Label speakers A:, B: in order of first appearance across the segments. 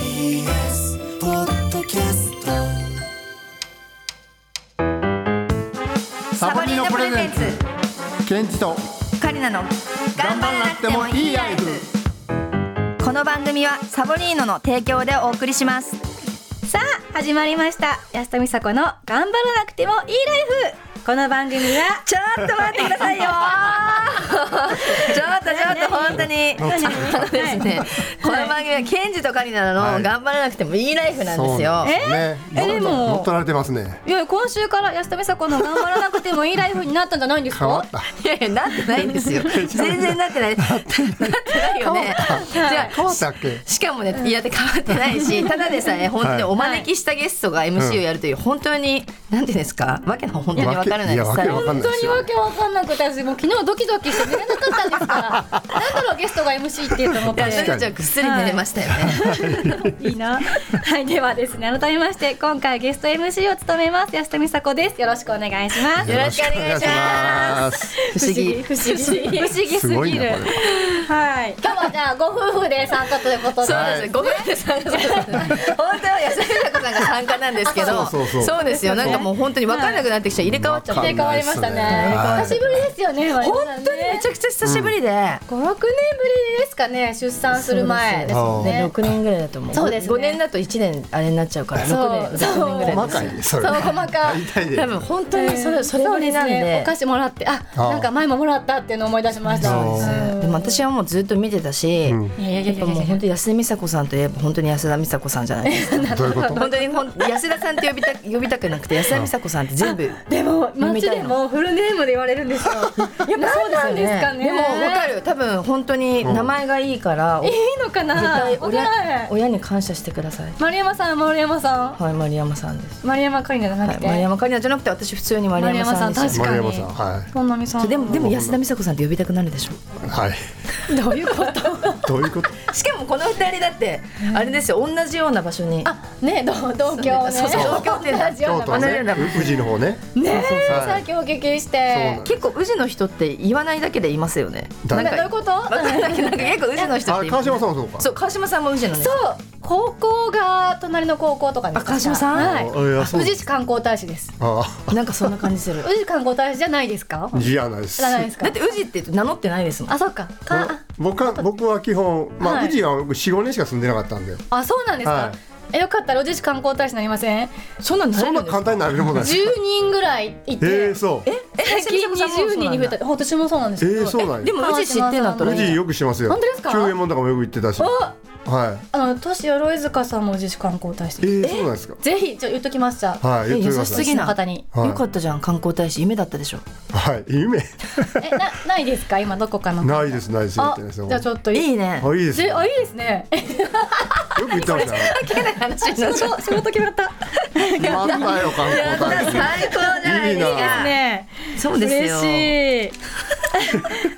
A: TBS ポッドキャスト
B: サボニーのプレゼンツケンチと
C: カリナの
B: 頑
C: 頑
B: 張ら
C: 張ら
B: な
C: な
B: く
C: く
B: て
C: て
B: も
C: も
B: い
C: い
B: い
C: い
B: ラ
C: ラ
B: イ
C: イ
B: フ
C: フこの番組はサボリーノの提供でお送りします
D: さあ始まりました安田美佐子の頑張らなくてもいいライフこの番組は
C: ちょっと待ってくだ さいよちょっとちょっと本当にあのですねこの番組はケンジとカリナ
B: は
C: の
B: い
C: 頑張らなくてもいいライフなんですよ、
B: そうね
D: え
B: 乗っ
D: でも
B: 乗っ取られてますね
D: いや今週から安田美佐子の頑張らなくてもいいライフになったんじゃないんです
B: 変わ
D: か
B: った
C: いやいやなってないんで すよ全然なってないなってないよねじゃあ
B: 変わったっけ
C: しかもね、いやって変わってない し、ただでさえ、本当
B: はい
C: にお招きしたゲストが MC をやるという、本当に、なんていうんですか、わけの本当にわからないで
B: や
C: す。
B: わけいやわけわかん
D: 本
B: ない
D: 当
B: です
D: に
B: よ
D: わけわかんなくて私もう昨日ドキドキして寝れなかったんですからなんだろうゲストが MC っていうと思っ
C: いや、
D: て
C: それじゃぐっすり寝れましたよね。
D: いいなはいではですね改めまして今回ゲスト MC を務めます安田美佐子ですよろしくお願いします
C: よろしくお願いします不思議。
D: 不思議不思議
B: す
D: す
B: ごい
D: ぎ
B: な
D: る
B: これ
D: はい今日はじゃあご夫婦で参加ということで
C: そうです、ごめんなさい、本当は安田美佐子さんが参加なんですけ
B: そ
C: ど、
B: うそうそう
C: そうですよ、なんかもう本当に分からなくなってきちゃう、入れ替わっちゃって、
B: はい
D: 入れ替わりましたね
B: はい
D: 久しぶりですよね
C: 本当にめちゃくちゃ久しぶりで、
D: 五六年ぶりですかね出産する前ですも
B: そ
D: ん
B: う
C: ね
D: ね
C: 六年ぐらいだと思う。
D: そうですね
C: 5年だと一年あれになっちゃうから、
D: そう
C: 六年、六年ぐらいですよ。
B: 細かいねそれ
D: そう細かい
B: 大体で
C: 多分本当にそれ、それぶりなん
D: そうすね
C: で
D: お。菓子もらってあ
B: あ
D: なんか前ももらったっていうのを思い出しました
B: そうです
D: う
B: ね
D: ん
C: でも私はもうずっと見てたし、
B: うん
D: いやいや
C: やっ
D: いや
C: ぱ
D: い
C: もう
D: や
C: 本当に安田美沙子さんといえば本当に安田美沙子さんじゃないです か。
B: どういうこと
C: 本当にほん安田さんって呼びた呼びたくなくて安田美沙子さんって全部。
D: でも
C: 飲み
D: 街
C: たいの
D: でもフルネームで言われるんですよ やっぱそうなんですかね
C: でもわかる多分本当に名前がいいから、お
D: いいのか
C: 絶
D: な
C: 対
D: わからな
C: 親
D: い
C: 親に感謝してください。
D: 丸山さん丸山さん
C: はい丸山さんです。
D: 丸山かりんじゃな
C: は
D: く
C: い
D: て
C: 丸山カリナじゃなくて私普通に丸山さんです
D: 確
B: 丸
D: かに
B: 山さんはい
D: 本並さん
C: でもでも安田美沙子さんって呼びたくなるでしょ。
B: はい
D: どういうこと
B: どういうこと
C: しかもこの二人だってあれですよ同じような場所に。
D: あねど同郷ね
C: そうそう同郷って
D: 同じよう
B: 京都の
D: な場所
C: 離
B: ね
C: れないう
B: 宇治の方ね
D: ね
B: そうそう
D: さっきお聞きし
B: そうな
D: て
B: の
C: 結構宇治の人って言わないだけでいますよね。
B: だ
D: なん
B: ね
D: かどういうこと
C: わかんないけどなんか結構宇治の人っ
B: あ
C: てい
B: れ川
C: る
B: 島さんもそうか
C: そう川島さんも宇治のね
D: そう高校が隣の高校とかに
C: あ川島さん
D: は
B: あいや
D: い
B: そう
D: 宇治市観光大使です
B: あ
C: なんかそんな感じする
D: 宇治観光大使じゃないですか
B: あじゃないです
D: じゃないです か
C: だって宇治って名乗ってないですもん
D: あそっかかあ
B: 僕は僕は基本まあ
D: はい
B: 宇治は僕45年しか住んでなかったんで
D: あそうなんですか、
B: はい
D: えよかったら宇治市観光大使になりません
C: そんなん
B: そんな簡単になれるもんなんですか
D: 10人ぐらいいて、
B: えーそう
D: 最近20人に増えたほんと私もそうなんです
B: え
D: よ
B: ーそうなんや
C: でも宇治知ってんだったら
B: 宇
C: い
B: 治
C: い
B: よくしてますよ。
D: 本当ですか
B: 救援門とかもよく行ってたし。
D: お
B: はい。
D: あの都市鎧塚さんも宇治市観光大使
B: え
D: です
B: ー、そうなんですか。
D: ぜひちょ言っときますじゃあ、
B: はい、言ってくださ
C: 優し
B: い。
C: すぎ
D: の 方に
B: はい
C: よかったじゃん観光大使夢だったでしょ
B: はい、夢。
D: えなないですか今どこかの
B: ないです、ないです。言っ
D: あ
B: てないです
D: じ
B: よ
D: ゃあちょっと
C: いいね
B: あ、いいですね。
D: ぜ
B: よ
D: あいいですね
B: く言ってましたよ。
C: 話になっちゃう
D: 仕事決まった。
B: またよ、観光大使。
C: 最高じゃないです
B: いいな
C: か
D: ね
C: そうですよ
D: 嬉しい。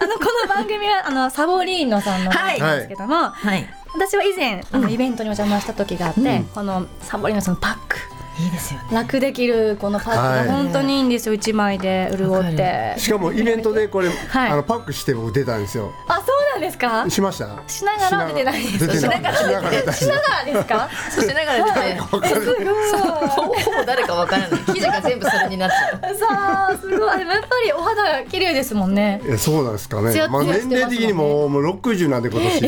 D: あのこの番組はあのサボリーノさんの番組なんですけども、
C: はい
D: 私は以前あのイベントにお邪魔した時があって、このサボリーノさんのパック。
C: いいですよね
D: 楽できるこのパックが
B: はい
D: 本当にいいんですよ、一枚で潤っ
C: わ
D: て
B: しかもイベントでこれ、
D: はい
B: あのパックして僕出たんですよ。
D: あそうなんですか
B: しました。
D: しながら出てないです
B: 出てない。しながら出た
D: しながらですか
C: そしてながらですね
B: わかる。
C: ほぼほぼ誰かわからない記事が全部それになっちゃう
D: さあすごいでもやっぱりお肌綺麗ですもんね
B: え、そうなんですか
D: ツ
B: ね。
D: ヤツ
B: まあ、
D: ヤしてま
B: 年
D: すもん
B: 齢
D: ね
B: 的にも、もう六十なんで今年。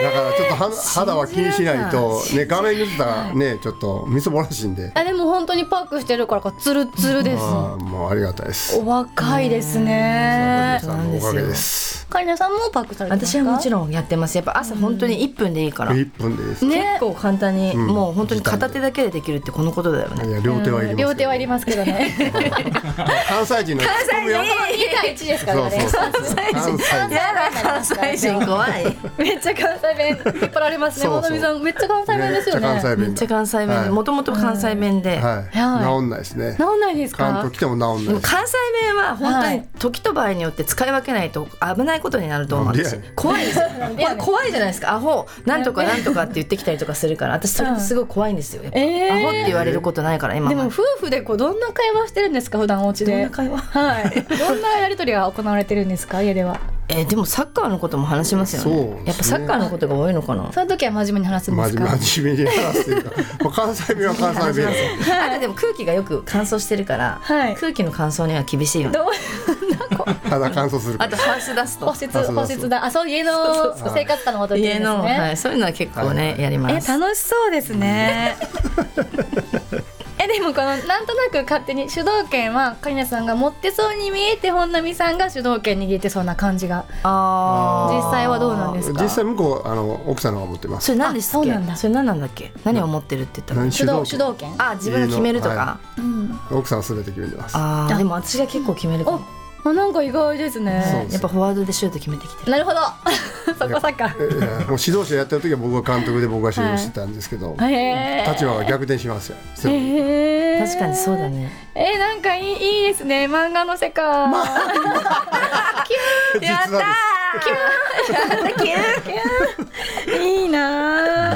B: だから、ちょっとは肌は気にしないと、ね、画面に映ったら、ね、ちょっとみそぼらしいんで。
D: あでも本当にパックしてるからこうツルツルです
B: あーもうありがたいです。
D: お若いですね
B: 皆さんのおかげです。
D: カリナさんもパックされてます
C: 私
D: か
C: はもち
D: ん
C: ろんやってますやっぱ朝本当に1分でいいから
B: 一分でです。
D: ね
C: 結構簡単に、
B: ん
C: もう本当に片手だけでできるってこのことだよね。
B: いや両手はいりますけど。
D: 両手はいりますけど ね
B: 関西人の突っ込むよ。
D: 2対1ですから
B: そう
D: ね
B: そう関西人。
C: やだ関西人怖い。
D: めっちゃ関西弁引っ張られますね
B: そうそう
D: 本並さんめっちゃ関西弁
B: め
D: で
B: っ
D: す
B: ち
D: よ
B: ゃ関
D: ね
B: 西
C: めっ
B: 弁
C: ちゃ
B: だ。
C: 関西弁
B: は
C: で、
B: い
C: もともと関西弁で。
B: はい。治んないですね。
D: 治んないです
B: 関
D: か
B: 東来ても治ん
C: で
B: ない
C: も
B: です。
C: 関西弁は本当
D: は
C: に
D: い
C: 時と場合によって使い分けないと危ないことになると思うんです
B: なんでやねん
C: 怖いですよ
D: でやねん
C: 怖いじゃないですかアホなんとかなんとかって言ってきたりとかするから私それすごい怖いんですよ、やっぱ
D: えー
C: アホって言われることないから今
D: でも
C: まで
D: 夫婦でこうどんな会話してるんですか普段お家
C: どん
D: で
C: な会話
D: はいどんなやりとりが行われてるんですか家では
C: えーでもサッカーのことも話しますよ
B: そ
C: ね
B: うですね
C: やっぱサッカーのことが多いのかな
D: その時は真面目に話すんで
B: 真
D: すか。
B: 面目真面目に話すというか、まあ、関西弁は関西弁やと
C: あとでも空気がよく乾燥してるから、
D: はい
C: 空気の乾燥には厳しいよね
D: どう
B: 肌乾燥するか
C: あ
B: ら
C: とハウスダスト
D: 保湿
B: あそうだ
D: 保湿だあそう家の生活感のこと言
C: 家
D: うんです
C: の、は
D: ね。
C: い、そういうのは結構ね、
B: はいはい
C: やりま
D: え
C: す
D: 楽しそうです ね。えでもこのなんとなく勝手に主導権はカリナさんが持ってそうに見えて本並さんが主導権握ってそうな感じが
C: あー
D: 実際はどうなんですか。
B: 実際向こうあの奥さんの方が持ってます
C: それ何でしたっ
D: あ
C: け
D: そうなんだ
C: それ何なんだっけ何を持ってるって言ったの
B: 何
D: 主導主導権。
C: あ自分が決めると
B: 家のは
C: か、
D: うん。
B: 奥さんは全て決めてます
C: あーでも私が結構決めるかも
D: おあなんか意外です
B: そう
D: ね。
C: やっぱフォワードでシュート決めてきてる
D: な るほど。そこサッカー。
B: えーもう指導者やってる時は僕は監督で僕が指導してたんですけど、
D: へー
B: 立場が逆転しますよ、そう
D: へー
C: 確かにそうだね
D: えー、なんかいいいいですね漫画の世界、
B: 実はです
D: いいな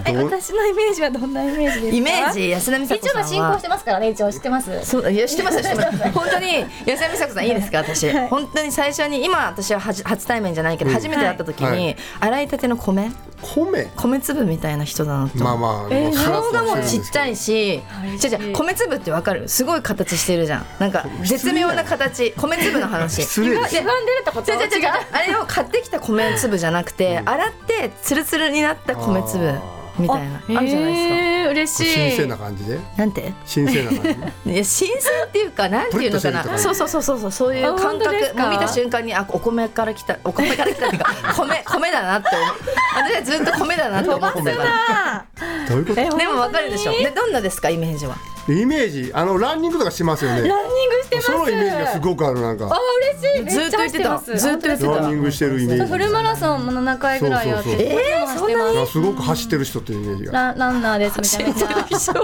D: ーえ
B: どう
D: 私のイメージはどんなイメージですか
C: イメージ安田美沙子
D: 一応
C: さん
D: ま
C: は
D: あ進行してますからね一応知ってます
C: そういや知ってます知ってます本当に安田美沙子さんいいですか私、本当に最初に今私ははじ初対面じゃないけど初めて会った時に、
B: はい
C: 洗いたての米
B: 米
C: 米粒みたいな人だなと、
B: まあまあ、
D: え
B: もう
D: ー
B: そら
C: 顔がもうちっちゃ
B: い
C: いし、じゃじゃ米粒ってわかる？すごい形してるじゃん。なんか絶妙な形、米粒の話。
B: 失礼です
D: しばんでるってこと
C: 違う違う違う違うあれを買ってきた米粒じゃなくて、洗ってツルツルになった米粒みたいなあるじゃないですか。
D: えー、嬉しい
B: 新鮮な感じで
C: なんて？
B: 新鮮な感じ
C: いや新鮮っていうかなんていうの
B: プリッと
C: か
B: してるとか
C: な。
B: ね
C: そうそうそうそうそうそういう感
D: あ本当です
C: 覚。
D: か
C: もう見た瞬間にあお米から来たお米から来たっていうか 米米だなって思う。私はずっと米だなって思ってたから。
B: どういうこ
D: え
C: でもわかるでしょ。でどんなですかイメージは？
B: とイメージあのランニングとかしますよね
D: ランニングしてます
B: そのイメージがす
D: い
B: ごくあるなん
D: あ
B: か
D: 嬉しいめ
C: ずっ
D: っち
C: と
D: ゃ
C: 言って
D: 走って
C: た
D: ま。
C: ず
D: す
C: っと言ってた。
B: ランニングしてるイメージ
D: そうフルマラソンも7回ぐらいやって
B: そうそうそう
D: えー、そんな
B: あすごく走ってる人っていうイメージが
D: ランランナーですみたい な
C: すごい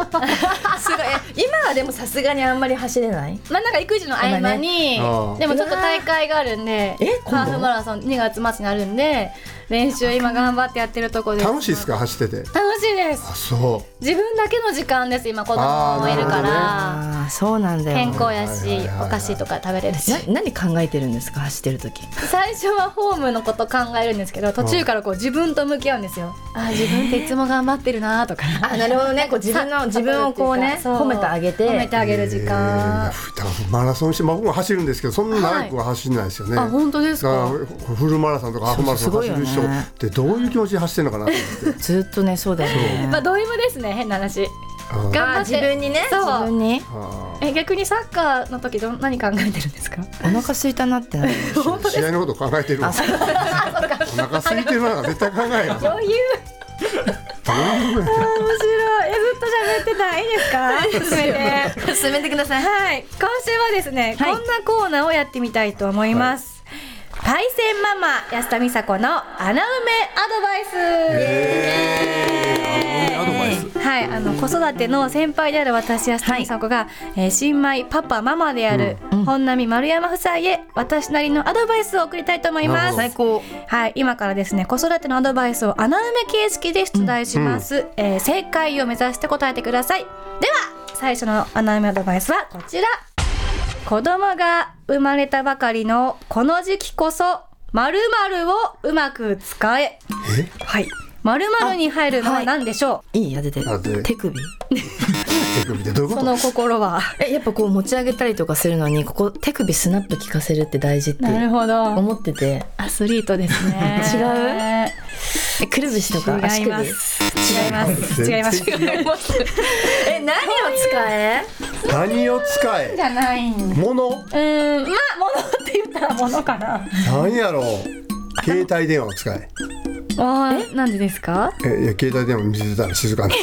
C: え今はでもさすがにあんまり走れない
D: まあなんか育児の合間に、
B: ああ
D: でもちょっと大会があるんで
C: え今
D: ハ
C: 度
D: ーフマラソン2月末にあるんで練習今頑張ってやってるとこです
B: 楽しいですか走ってて
D: 楽しいで
B: あ
D: す
B: そ
D: 自分だけの時間です今子供もいるか
B: あ
D: ら、
C: ああそうなんだよ
D: 健康や
B: は
D: し、
B: いはいはいはい
D: お菓子とか食べれるし
C: な何考えてるんですか走ってる時
D: 最初はホームのこと考えるんですけど途中からこう自分と向き合うんですよあー自分っていつも頑張ってるなーとか
C: あなるほどねこう自分の自分をこうね
D: そう
C: 褒めてあげて
D: 褒めてあげる時間、
B: えーだからマラソンして、まあ、僕も走るんですけどそんな長くは走んないですよね、
D: あ本当です
B: だから
D: か
B: フフルマラソンとかハーフマラソン走る人
C: そうすごい
B: っ
C: よね
B: てどういう気持ちで走ってるのかなと思って
C: ずっとねそうだよね、
D: まあド M ですね変な話
B: あ ー
D: 頑
C: あ
D: 張って
C: 自分にね
D: そう
C: 自分に
B: あ
D: え逆にサッカーの時どん何考えてるんですか
C: お腹空いたなってなる
B: ー試合のこと考えてるわ
C: あそ
B: お腹空いてるなんか絶対考えよ
D: 余裕面白いえずっと喋ってたいいですか進めて
C: 進めてください
D: はい今週はですね、
C: はい
D: こんなコーナーをやってみたいと思います、パイセンママ安田美沙子の穴埋めアドバイス、
B: えーアドバイス
D: はい、あの子育ての先輩である私安田美沙子が、えー新米パパママである、本並丸山夫妻へ私なりのアドバイスを送りたいと思います
C: 最高
D: はい、今からですね子育てのアドバイスを穴埋め形式で出題します、えー正解を目指して答えてくださいでは最初の穴埋めアドバイスはこちら子供が生まれたばかりのこの時期こそ〇〇をうまく使えはい〇〇に入るのは何でしょ
C: いいや出て
B: あ出て
C: る
B: る
C: 手首
B: 手首ってどういう
D: う、
B: こ
D: そ
B: と
D: の心は
C: えやっぱこう持ち上げたりとかするのにここ手首スナップ効かせるって大事って
D: なるほど
C: 思ってて
D: アスリートですね
C: 違
D: 違う
C: えくるぶしとか
D: 違
C: 足
D: い
C: 首
D: ます違います違います
B: 全
D: 違います
C: え何を使え
B: 何を使え
D: じゃないん
B: 物
D: うーん、まあ、物って言ったら物かな。
B: 何やろう携帯電話を使え
D: ああ、なんでですか。
B: えいや携帯電話見せてたら静かに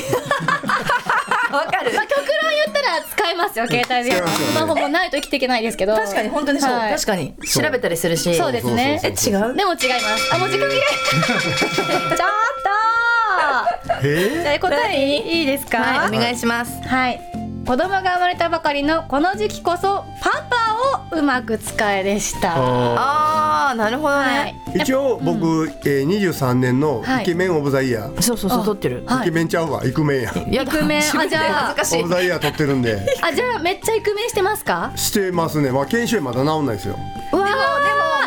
C: わかる
D: まあ、極論言ったら使えますよ、携帯
B: 使
D: 電話。
B: えますよね
D: スマホもないと生きていけないですけど。
C: 確かに本当にそう、
D: はい
C: 確かに
B: そ
C: 調
B: う
C: べたりするし
D: そうですね
B: そうそうそう
C: え違う
D: でも違います。あ、もう時間切れ。 ちょっと。
B: え
D: じゃあ、答えいい、いいですか。
C: はいお
D: はい。
C: 願いします
D: 子供が生まれたばかりのこの時期こそパパをうまく使えでした。
B: あ
C: ああなるほどね、
D: はい。
B: ー一応僕、えー、23年のイケメンオブザイヤー、
C: そうそうそう撮ってる
D: はい
B: イケメンちゃうわイクメンや
C: いや
D: イクメン
C: 自分で
D: あじゃあ
C: 恥ずかし
B: オ
C: い
B: ブザイヤー取ってるんで
D: あ、じゃあめっちゃイクメンしてますか？
B: してますねまあ研修医まだ治んないですよ
D: うわーでも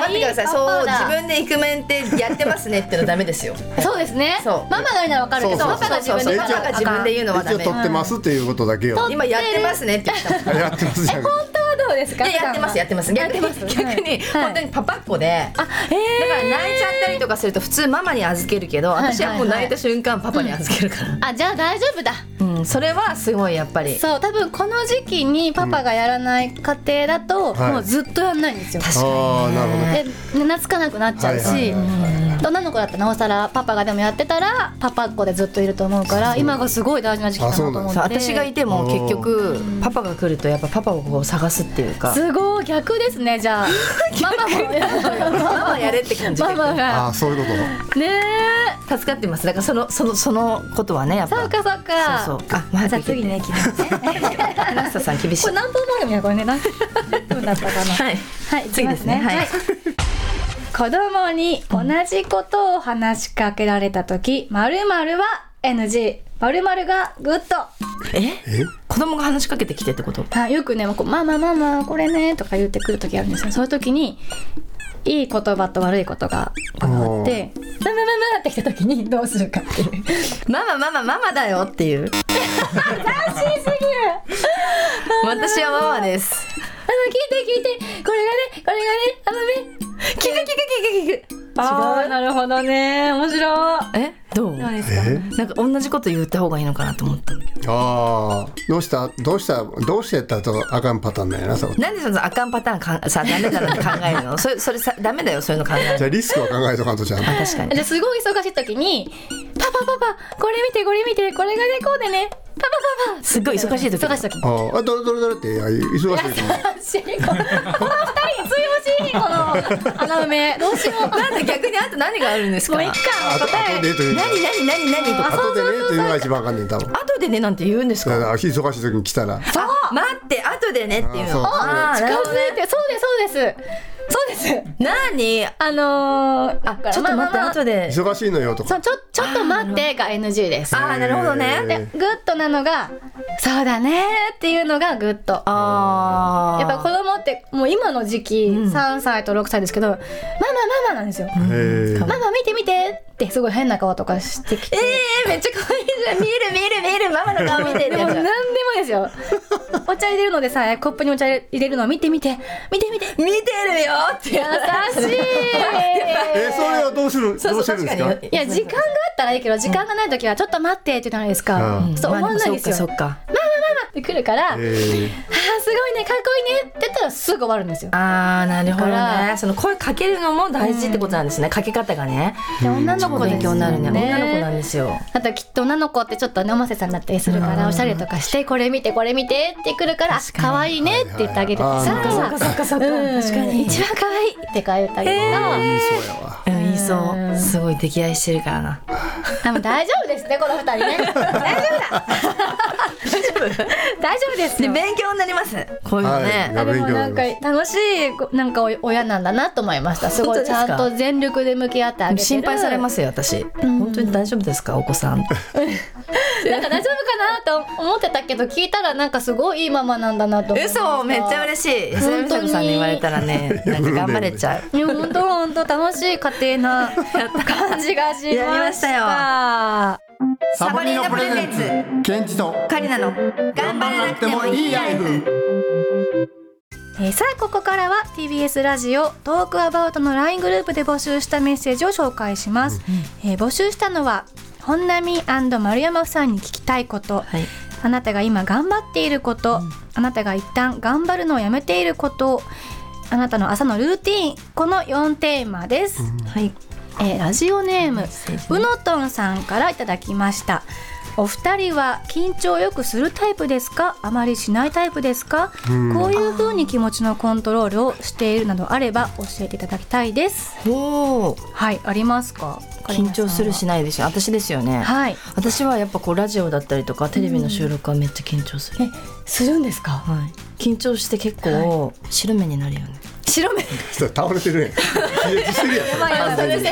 C: 待っててくださいそう自分でイクメンってやってますねってのダメ ですよ
D: そうですね
C: そう
D: ママが言うならわかるけど
B: そう
D: パ
B: そう
D: パが自分で
B: そう
C: パパが自分で言うのはダ
B: 一応
C: メ
B: 撮ってますっていうことだけを
C: 今やってますねって言 ったもん
B: あやってますじゃん
D: 本当はどうですか
C: いややってますやってます逆
D: やって
C: に
D: ます
C: 逆に
D: はい
C: 本当にパパっ子で
D: あ
C: だから
D: え
C: 泣いちゃったりとかすると普通ママに預けるけど
D: いはいはい
C: 私はもう泣いた瞬間パパに預けるから
D: ー、あじゃあ大丈夫だ
C: うん、それはすごいやっぱり
D: そう多分この時期にパパがやらない家庭だと、
B: はい
D: もうずっとやんないんですよ、
B: ああなるほど
D: で懐かなくなっちゃうし、
B: はいはいはいはい
D: 女の子だったらなおさらパパがでもやってたらパパっ子でずっといると思うから今がすごい大事な時期だなと思って
C: そう私がいても結局パパが来るとやっぱパパをこう探すっていうか
D: すごい逆ですね じゃあママも
C: ママやれって感じで
D: ママ
B: あ
D: が
B: あそういうこと
D: ねえ
C: 助かってますだからそのそのそのことはねやっぱ
D: そうかそうか
C: そうそうあま
D: じゃ
C: だ
D: あ次ねき
C: ラスタさん厳しい
D: これ何分番組やこれね 何何分だったかな
C: はい
D: はい、
C: 次ですね
D: いきます
C: はい
D: 子供に同じことを話しかけられた時、まるまるは NG、まるまるがグッド。
C: え
B: え
C: 子供が話しかけてきてってこと
D: あよくね、こうママママこれねとか言ってくる時あるんですよ。そういう時に。いい言葉と悪いことがあって、ママママって来た時にどうするかっ ていう。
C: ママママママだよっていう私はママです
D: あの、聞いて聞いて、これがね、これがね、あのね、聞く聞く聞く聞く。ああ、なるほどね、面白い。
C: えどう
D: どうですか
B: え
C: なんか同じこと言った方がいいのかなと思ったんだけど
B: ああどうしたどうしたどうしてやったらとあかんパターンだよなそこ
C: なんでそのあかんパターンかんさダメだなって考え るのそれそれさダメだよそういうの考え
B: じ
C: る
B: ゃあリスクを考えとかんとじゃん
C: の確かに
D: じゃあすごい忙しい時に「パパパパこれ見てこれ見てこれがねこうでねパパパパ」
C: すっごい忙しい時
D: 忙しい時に
B: あーあどれどれどれっていや忙しいけど
D: しいこの二人ついもしいこの穴埋めどうしよう
C: なんで逆にあと何があるんです
D: も
C: か
D: ういっ
C: 後
B: あ
D: か
B: と
D: 答
B: 後で
D: え
B: という
C: 何何何とか
B: 後でねというのが一番あかんねん多分
C: 後でねなんて言うんです
B: だか
C: から
B: 忙しい時に来たら
C: あ待って後でねっていう
B: そう
C: のあーなる
D: 近
C: ほど
D: づいてそうですそうですそうです
C: 何
D: あのー、
C: あちょっと待って
D: まあまあまあ
C: 後で
B: 忙しいのよとか
D: そうちょちょっと待ってが NG です
C: あーなるほどね
B: え
D: グッドなのがそうだねっていうのがグッド
C: あー
D: やっぱ子供ってもう今の時期3歳と6歳ですけど、ママママなんですよ、
B: ーえー
D: ママ見て見てってすごい変な顔とかしてきて、
C: えー、めっちゃ可愛いじゃん見える見える見えるママの顔見てる
D: で
C: や
D: も
C: つ
D: 何でもで すよお茶入れるのでさコップにお茶入れるのを見て見て見て見て
C: 見てるよってやつ
D: 優しい
B: えーそれをどうするどうしてるんですか
D: いや時間があったらいいけど時間がない時はちょっと待ってって言うじゃないですか、
B: うん
D: そう思わないんですよ、
C: そっかそっか
D: ママって来るから、
B: え
D: あ
B: ー
D: あーすごいねかっこいいねって言ったらすぐ終わるんですよ
C: あーなるほど
D: だから
C: ねその声かけるのも大事ってことなんですね、かけ方がね
D: で女の
C: 超
D: 子で
C: 勉
D: すよ
C: 強になるね
D: ね
C: 女の子なんですよ
D: あときっと女の子ってちょっとねおませさんだったりするからおしゃれとかしてこれ見てこれ見てってくるから
C: 確かに
D: 可愛いねって言ってあげると
B: はいはい
D: か
C: そっかそっかそっか
D: うん
C: 確かに
D: 一番可愛いって言ってあげる
B: いいそうやわ
C: うん言いそうすごい溺愛してるからな
D: と多分大丈夫ですねこの二人ね大丈夫だ大丈夫ですよ
C: 勉強になりますこういうのね、
B: は
D: あ
B: い
D: で
B: 勉
D: も
B: 強に
D: な
B: なんり
D: か
B: ま
D: 楽しいごなんかお親なんだなと思いましたすごい
C: 本
D: ち
C: 当です
D: ゃ
C: か
D: んと全力で向き合ってあげてる
C: 心配されますすよ私、本当に大丈夫ですかお子さん
D: なんか大丈夫かなと思ってたけど聞いたらなんかすごいいいママなんだなと思いました
C: 嘘めっちゃ嬉しい安田美佐子さんに言われたらねなんか頑張れちゃう
D: いや本当本当楽しい家庭な感じがしました。
C: やりましたよ
B: サボリーのプレゼンツケンチと
C: カリナの
B: 頑張らなくてもいいライフ
D: えーさあここからは TBS ラジオトークアバウトの LINE グループで募集したメッセージを紹介します。えー募集したのは本並丸山さんに聞きたいこと、
C: はい
D: あなたが今頑張っていること、あなたが一旦頑張るのをやめていることあなたの朝のルーティンこの4テーマです、
C: はい
D: えーラジオネーム
C: セージね
D: うのとんさんからいただきましたお二人は緊張をよくするタイプですかあまりしないタイプですか
B: うん
D: こういう風に気持ちのコントロールをしているなどあれば教えていただきたいです
C: おー
D: はいありますか
C: 緊張するしないですよ私ですよね、
D: はい
C: 私はやっぱこうラジオだったりとかテレビの収録はめっちゃ緊張する、
D: えするんですか
C: はい、緊張して結構白目になるよね
D: 白目
B: それ倒れてるやん。気絶してるやん。 完全に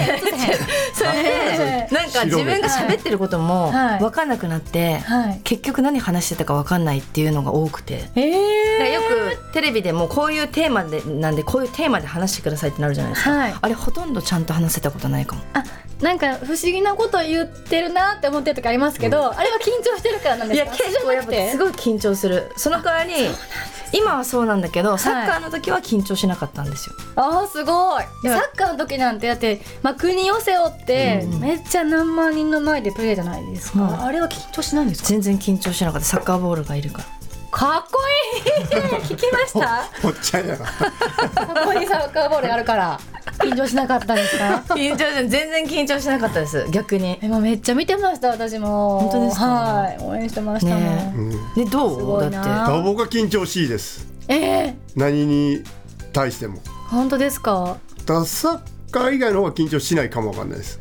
C: それで なんか自分が喋ってることも
D: はい
C: 分かんなくなって
D: はい
C: 結局何話してたか分かんないっていうのが多くてだから
D: え
C: よくテレビでもこういうテーマでなんでこういうテーマで話してくださいってなるじゃないですか、
D: はい
C: あれほとんどちゃんと話せたことないかも
D: あなんか不思議なこと言ってるなって思ってる時ありますけど、あれは緊張してるからなんですか
C: す
D: い
C: ごい緊張するその代わり今はそうなんだけどサッカーの時は緊張しなかったんですよ、
D: あーすごい
C: いや
D: サッカーの時なんてだって、まあ、国を背負って、めっちゃ何万人の前でプレーじゃないですか、
C: うん
D: あれは緊張しないんですか
C: 全然緊張しなかったサッカーボールがいるから
D: かっこいい 聞きました
B: おっちゃんやな。
D: かっこいいサッカーボールがあるから緊張しなかったんですか
C: 緊張し全然緊張しなかったです逆に
D: え、まあ、めっちゃ見てました私も
C: 本当ですか
D: はい応援してましたもん、
C: ね
B: うん。
C: でど
D: す
C: う
D: ご
C: だ
D: い
C: っ
D: な
C: て
B: あ僕は緊張しいです。
D: え
B: 何に対しても。
D: ー、本当ですか
B: ただサッカー以外の方が緊張しないかもわかんないです。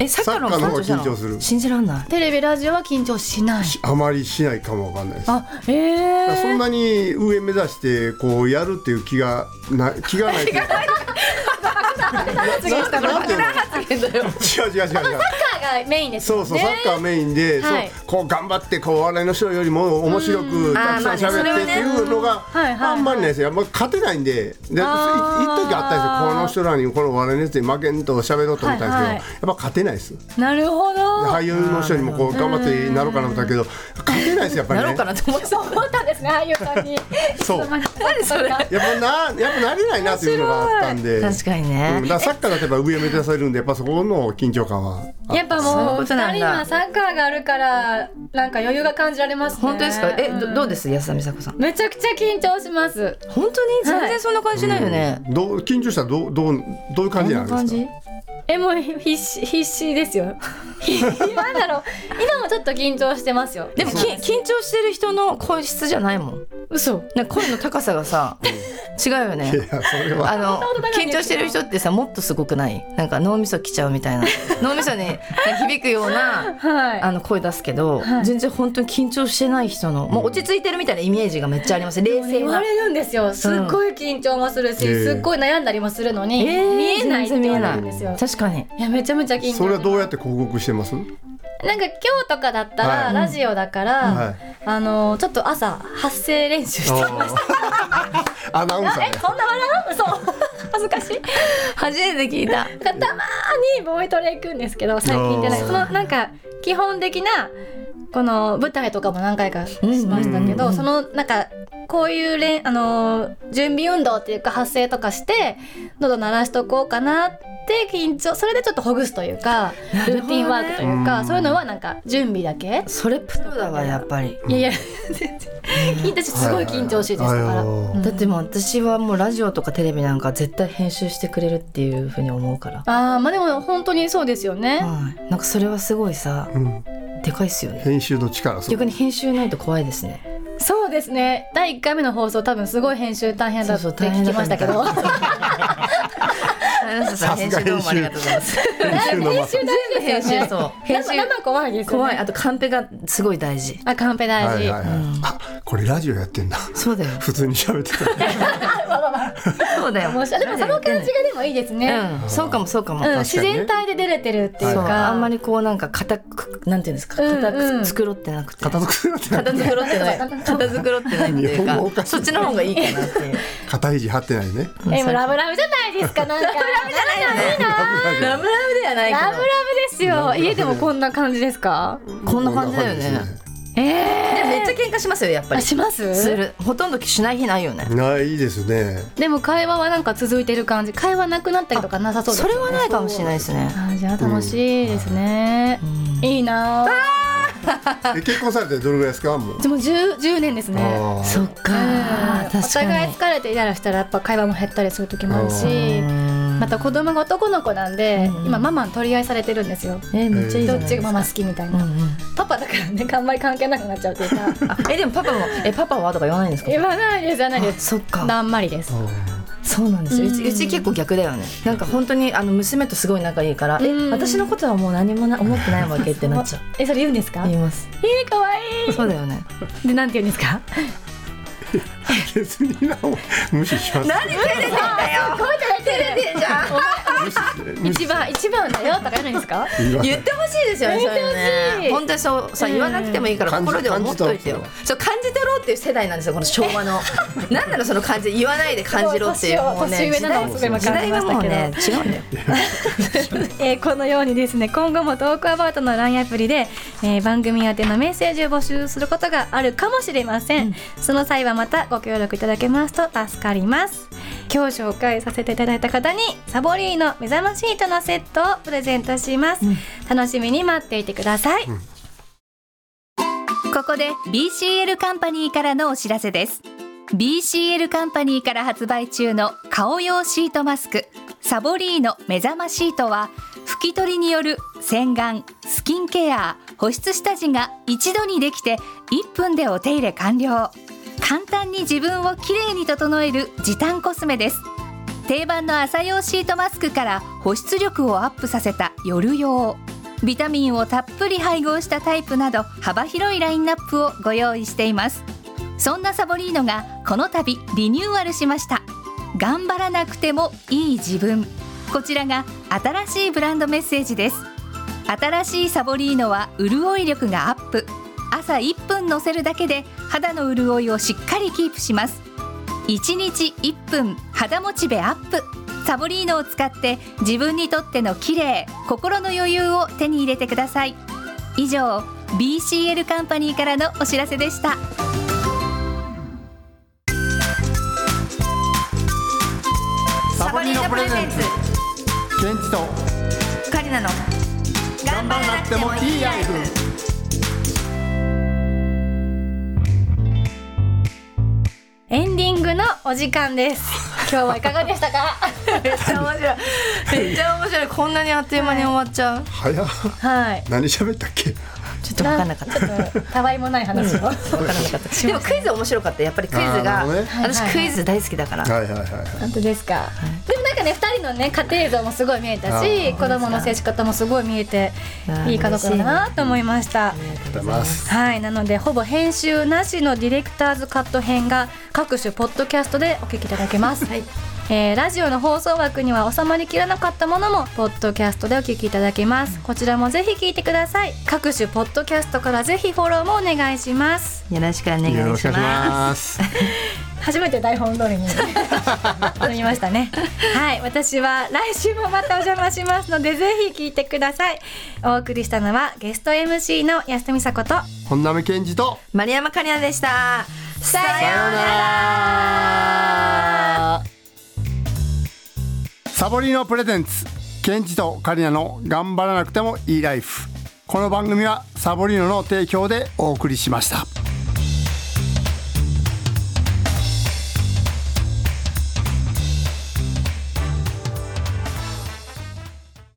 C: えサッカーの方が緊張した
B: サッカーの方が緊張する
C: の信じらんない
D: テレビラジオは緊張しない
B: しあまりしないかもわかんないです。だか
D: あえ
B: らそん
D: ー、
B: なに上目指してこうやるっていう気がな気がないという か。なん ていうの違う違う違う違う。
D: サッカーがメインです
B: そうそう、サッカーメインで、
D: はい
B: そうこう頑張ってこうお笑いの人よりも面白くたくさん喋
C: あーまあねそれは
B: って
C: ね
B: っていうのが
D: うんはいはいはい
B: あんまりないですよ、まあ、勝てないんででい一時あったんですよこの人らにこのお笑いのやつに負けんと喋ろうと思ったんですけど、
D: はいはい
B: やっぱ勝てないです
D: なるほど
B: 俳優の人にもこう頑張ってなろうかなと思ったけど勝てないですやっぱり
C: な
B: ね
C: ろうかなと思ってた
D: 思ったんですね俳優さんに
B: そうやっ
D: 何それ
B: ぱなやっぱなれないなっていうのがあったんで
C: 確かに
B: う
C: ね
B: ん、だからサッカーだとやっぱ上目指されるんでやっぱそこの緊張感はあ
D: やっぱもう
C: そういうことなんだ
D: 二人はサッカーがあるからなんか余裕が感じられますね
C: 本当ですかえどどうですす安田美沙子さん
D: めちゃくちゃ緊張します
C: 本当に全然そんな感じしないよね、
B: どう緊張したらどうどうどういう感じ
C: どん
B: な
C: なん
B: ですか
C: 感じ
D: えもう必死必死で すよなんだろう今もちょっと緊張してますよ
C: でもき緊張してる人の声質じゃないもん
D: 嘘
C: なんか声の高さがさ違うよ
B: い
C: ね
B: やそれは
C: あの
D: んなことないん
C: 緊
D: ですよ
C: 張してる人ってさもっとすごくないなんか脳みそきちゃうみたいな脳みそに響くような
D: はい
C: あの声出すけど、
D: はい
C: 全然本当に緊張してない人のもう落ち着いてるみたいなイメージがめっちゃあります冷静
D: 言わ
C: な
D: れるんですよすっごい緊張もするし、
B: ええ
D: すっごい悩んだりもするのに、
C: ー
D: 見えないって言われ
C: 全然
D: るんですよ
C: 確かに
D: いやめちゃめちゃ緊張
B: それはどうやって広告してます
D: なんか今日とかだったら、
B: はい
D: ラジオだから、
B: はい
D: あのちょっと朝発声練習してました
B: アナウンサー
D: えそんな笑うそう恥ずかしい
C: 初めて聞いた
D: なんかたまーにボイトレ行くんですけど最近行ってない
B: あー
D: そのなんか基本的なこの舞台とかも何回かしましたけど、そのなんかこういうれんあのー準備運動っていうか発声とかして喉鳴らしとこうかなって緊張それでちょっとほぐすというかルーティンワークというか、そういうのはなんか準備だけ
C: それプロだわやっぱり
D: いやいや全然緊 張しすごい緊張しいでしたから。
C: だってもう私はもうラジオとかテレビなんか絶対編集してくれるっていうふうに思うから、
D: ああまあでも本当にそうですよね。
C: はい、なんかそれはすごいさ
B: うん
C: でかいっすよね
B: 編集の力そう
C: 逆に編集ないと怖いですね
D: そうですね。第一回目の放送多分すごい編集大変だって
C: そうそう大変だ
D: 聞き
C: った
D: ましたけど。
C: さ
B: すが編集どうもありがとうご
C: ざいます
B: 編集のま
D: 編集大変
C: 編
D: です
C: 集
D: よね。
C: そう
D: 生
C: 編集
D: 生怖いですよね。
C: 怖いあとカンペがすごい大事
D: あカンペ大事。
B: はいはいはいあこれラジオやってんだ
C: そうだよ
B: 普通に喋ってた
C: そうだよ
D: 面白いでもその感じがでもいいですね。
C: うんそうかもそうかも、
D: うん、
B: 確かにね
D: 自然体で出れてるっていう
C: そう
D: か。
C: あんまりこうなんか固くなんていうんですか
D: うんうん
C: 固く繕ってなくて、
B: 片付くなって
C: 片
B: ない
C: 繕ってない片繕ってないってい
B: 日本語お
C: う
B: か
C: か
B: しい
C: そっちの方がいいかなっていう
B: 肩肘張ってないね
D: えもうラブラブじゃないですかなんか。ラブラブじゃない
C: ラブラブではないけど
D: ラブラブですよ。家でもこんな感じですか。
C: こんな感じだよね
D: ええ
C: でもめっちゃ喧嘩しますよやっぱ
D: ー。あ
C: り
D: します。
C: するほとんどしない日ないよね
B: ないですね
D: でも会話はなんか続いてる感じ。会話なくなったりとかなさそうです
C: そ
D: よね。
C: れはないかもしれないですね
D: あーじゃあ楽しいですね。いいなあ。
B: え結婚されてどれぐらいですかもう
D: でも10 10年ですね。
B: あー
C: そっか
D: うん
C: 確
D: お
C: か
D: 互い
C: に
D: 疲れてイライラしたらやっぱ会話も減ったりする時もあるしまた子供が男の子なんで今ママに取り合いされてるんですよ。
C: えめっちゃいいじ
D: ど
C: ゃ
D: っ
C: ない
D: ち
C: で
D: が
C: す
D: マ
C: か
D: マ好きみたいな、
C: うんうん
D: パパだからねあんまり関係なくなっちゃうとい うか
C: あえでもパパも「えパパは?」とか言わないんですか
D: 言わないです言わないです
C: そっか
D: だんまりです
C: そうなんですようち
D: うん
C: うち結構逆だよねなんか本当にあの娘とすごい仲いいから「
D: う
C: え
D: ん
C: 私のことはもう何もな思ってないわけ」ってなっちゃ う
D: えそれ言うんですかい
C: 言
D: い
C: います
D: かわい
C: そうだよね
D: いでなんて言うんですか
B: ケツになを無視します。
E: 照れてんじゃん。
B: 無視して無視
D: 一番一番だよとか言うんですか
B: 言わない
C: 言ってほしいですよね。そういうの
D: ほしい
C: ね本当にそうさ言わなくてもいいから
B: うん
C: 心で思っといてよ
B: 感。
C: そう感じてろっていう世代なんですよこの昭 和の。なんなのその感じ言わないで感じろっていうもうね
D: 年上
C: 時
D: な
C: 代
D: のはすごい分
C: 時
D: かり
C: 代
D: ま
C: が
D: した
C: もう
D: けど、
C: ね違うん だよ。
D: えーこのようにですね今後もトークアバウトの LINE アプリで、えー番組宛てのメッセージを募集することがあるかもしれません、その際はまたご協力いただけますと助かります今日紹介させていただいた方にサボリーの目覚ましい糸のセットをプレゼントします、楽しみに待っていてください、
F: ここで BCL カンパニーからのお知らせです BCL カンパニーから発売中の顔用シートマスクサボリーノ目覚まシートは拭き取りによる洗顔スキンケア保湿下地が一度にできて1分でお手入れ完了簡単に自分をきれいに整える時短コスメです定番の朝用シートマスクから保湿力をアップさせた夜用ビタミンをたっぷり配合したタイプなど幅広いラインナップをご用意していますそんなサボリーノがこの度リニューアルしました頑張らなくてもいい自分こちらが新しいブランドメッセージです新しいサボリーノは潤い力がアップ朝1分のせるだけで肌の潤いをしっかりキープします1日1分肌モチベアップサボリーノを使って自分にとっての綺麗心の余裕を手に入れてください以上 BCL カンパニーからのお知らせでした
B: サボリーノプレゼンツケンチと
C: カリナの
B: 頑張らなくてもいいライフ
D: エンディングのお時間です今日はいかがでしたか
C: めっちゃ面白い。めっちゃ面白い。こんなにあっという間に終わっちゃう。
B: 早っ
D: はい
B: 何喋ったっけ
C: ちょっと分かんなかった。
D: ちょっとたわいもない話を
C: でもクイズ面白かった。やっぱりクイズ
B: あーなる
C: が
B: ほどね
C: 私クイズ大好きだから。
B: はいはいはいは
D: 本当ですか、でもなんかね2人のね家庭像もすごい見え
B: あ
D: たし
B: ー
D: 子供の接し方もすごい見えて
C: あー
D: いい家族だなと思いました、
B: い出ます
D: はいなのでほぼ編集なしのディレクターズカット編が各種ポッドキャストでお聞きいただけます、えーラジオの放送枠には収まりきらなかったものもポッドキャストでお聞きいただけますこちらもぜひ聞いてください各種ポッドキャストからぜひフォローもお願いします
C: よろしくお願
B: よろ
C: い
B: し
C: し
B: くお願いし
C: ます。
B: ます
D: 初めて台本 通りに読みましたねはい私は来週もまたお邪魔しますのでぜひ聞いてくださいお送りしたのはゲスト MC の安富佐子と
B: 本並健二と
C: 丸山カリナでした。さようなら。
B: サボリーノプレゼンツケンジとカリナの頑張らなくてもいいライフこの番組はサボリーノの提供でお送りしました